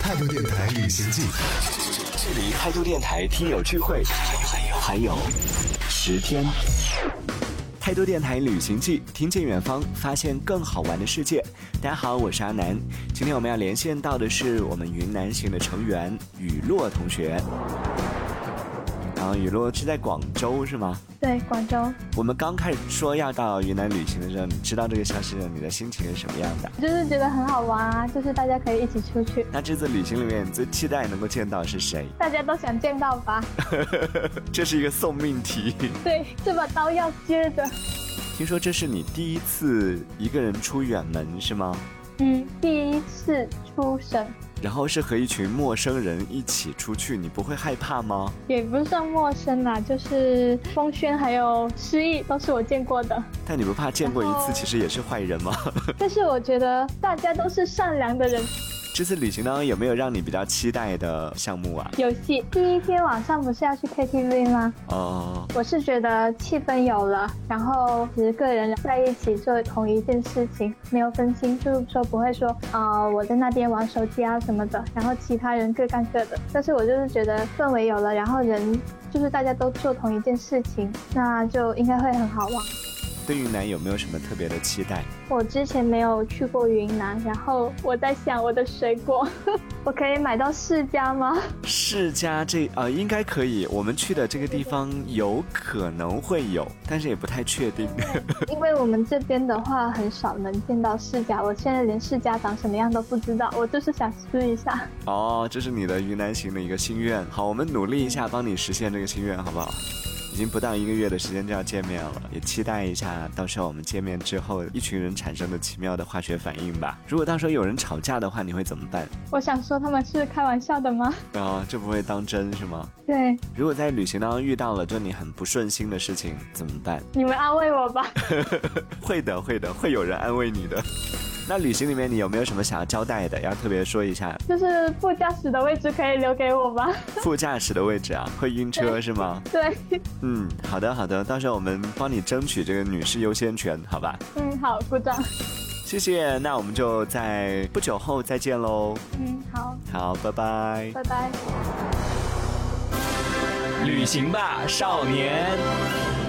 态度电台旅行记》，这里态度电台听友聚会，还有十天。态度电台旅行记，听见远方，发现更好玩的世界。大家好，我是阿南。今天我们要连线到的是我们云南行的成员雨落同学。然后雨落是在广州是吗？对，广州。我们刚开始说要到云南旅行的时候，你知道这个消息，你的心情是什么样的？就是觉得很好玩啊，就是大家可以一起出去，那这次旅行里面，你最期待能够见到的是谁？大家都想见到吧？ 这是一个送命题。对，这把刀要接着。听说这是你第一次一个人出远门是吗？嗯，第一次出省然后是和一群陌生人一起出去，你不会害怕吗？也不算陌生啦，就是风轩还有诗意都是我见过的。但你不怕见过一次，其实也是坏人吗？ 但是我觉得大家都是善良的人。这次旅行当中有没有让你比较期待的项目啊？游戏第一天晚上不是要去 KTV 吗？哦、我是觉得气氛有了，然后十个人在一起做同一件事情，没有分心，就是说不会说啊、呃我在那边玩手机啊什么的，然后其他人各干各的。但是我就是觉得氛围有了，然后人就是大家都做同一件事情，那就应该会很好玩。对云南有没有什么特别的期待？我之前没有去过云南，然后我在想我的水果， 我可以买到释迦吗？世家这呃应该可以，我们去的这个地方有可能会有，但是也不太确定。 因为我们这边的话很少能见到释迦，我现在连释迦长什么样都不知道，我就是想吃一下。哦，这是你的云南行的一个心愿。好，我们努力一下，帮你实现这个心愿，好不好？已经不到一个月的时间就要见面了，也期待一下到时候我们见面之后一群人产生的奇妙的化学反应吧。如果到时候有人吵架的话，你会怎么办？ 我想说他们是开玩笑的吗？啊、这不会当真是吗？ 对，如果在旅行当中遇到了对你很不顺心的事情，怎么 办？你们安慰我吧。 会的，会的，会有人安慰你的。 那旅行里面你有没有什么想要交代的？要特别说一下，就是副驾驶的位置可以留给我吧。 副驾驶的位置啊，会晕车是吗？对，嗯，好的好的，到时候我们帮你争取这个女士优先权，好吧？嗯，好，鼓掌。谢谢，那我们就在不久后再见喽。嗯，好，好，拜拜。拜拜。旅行吧，少年。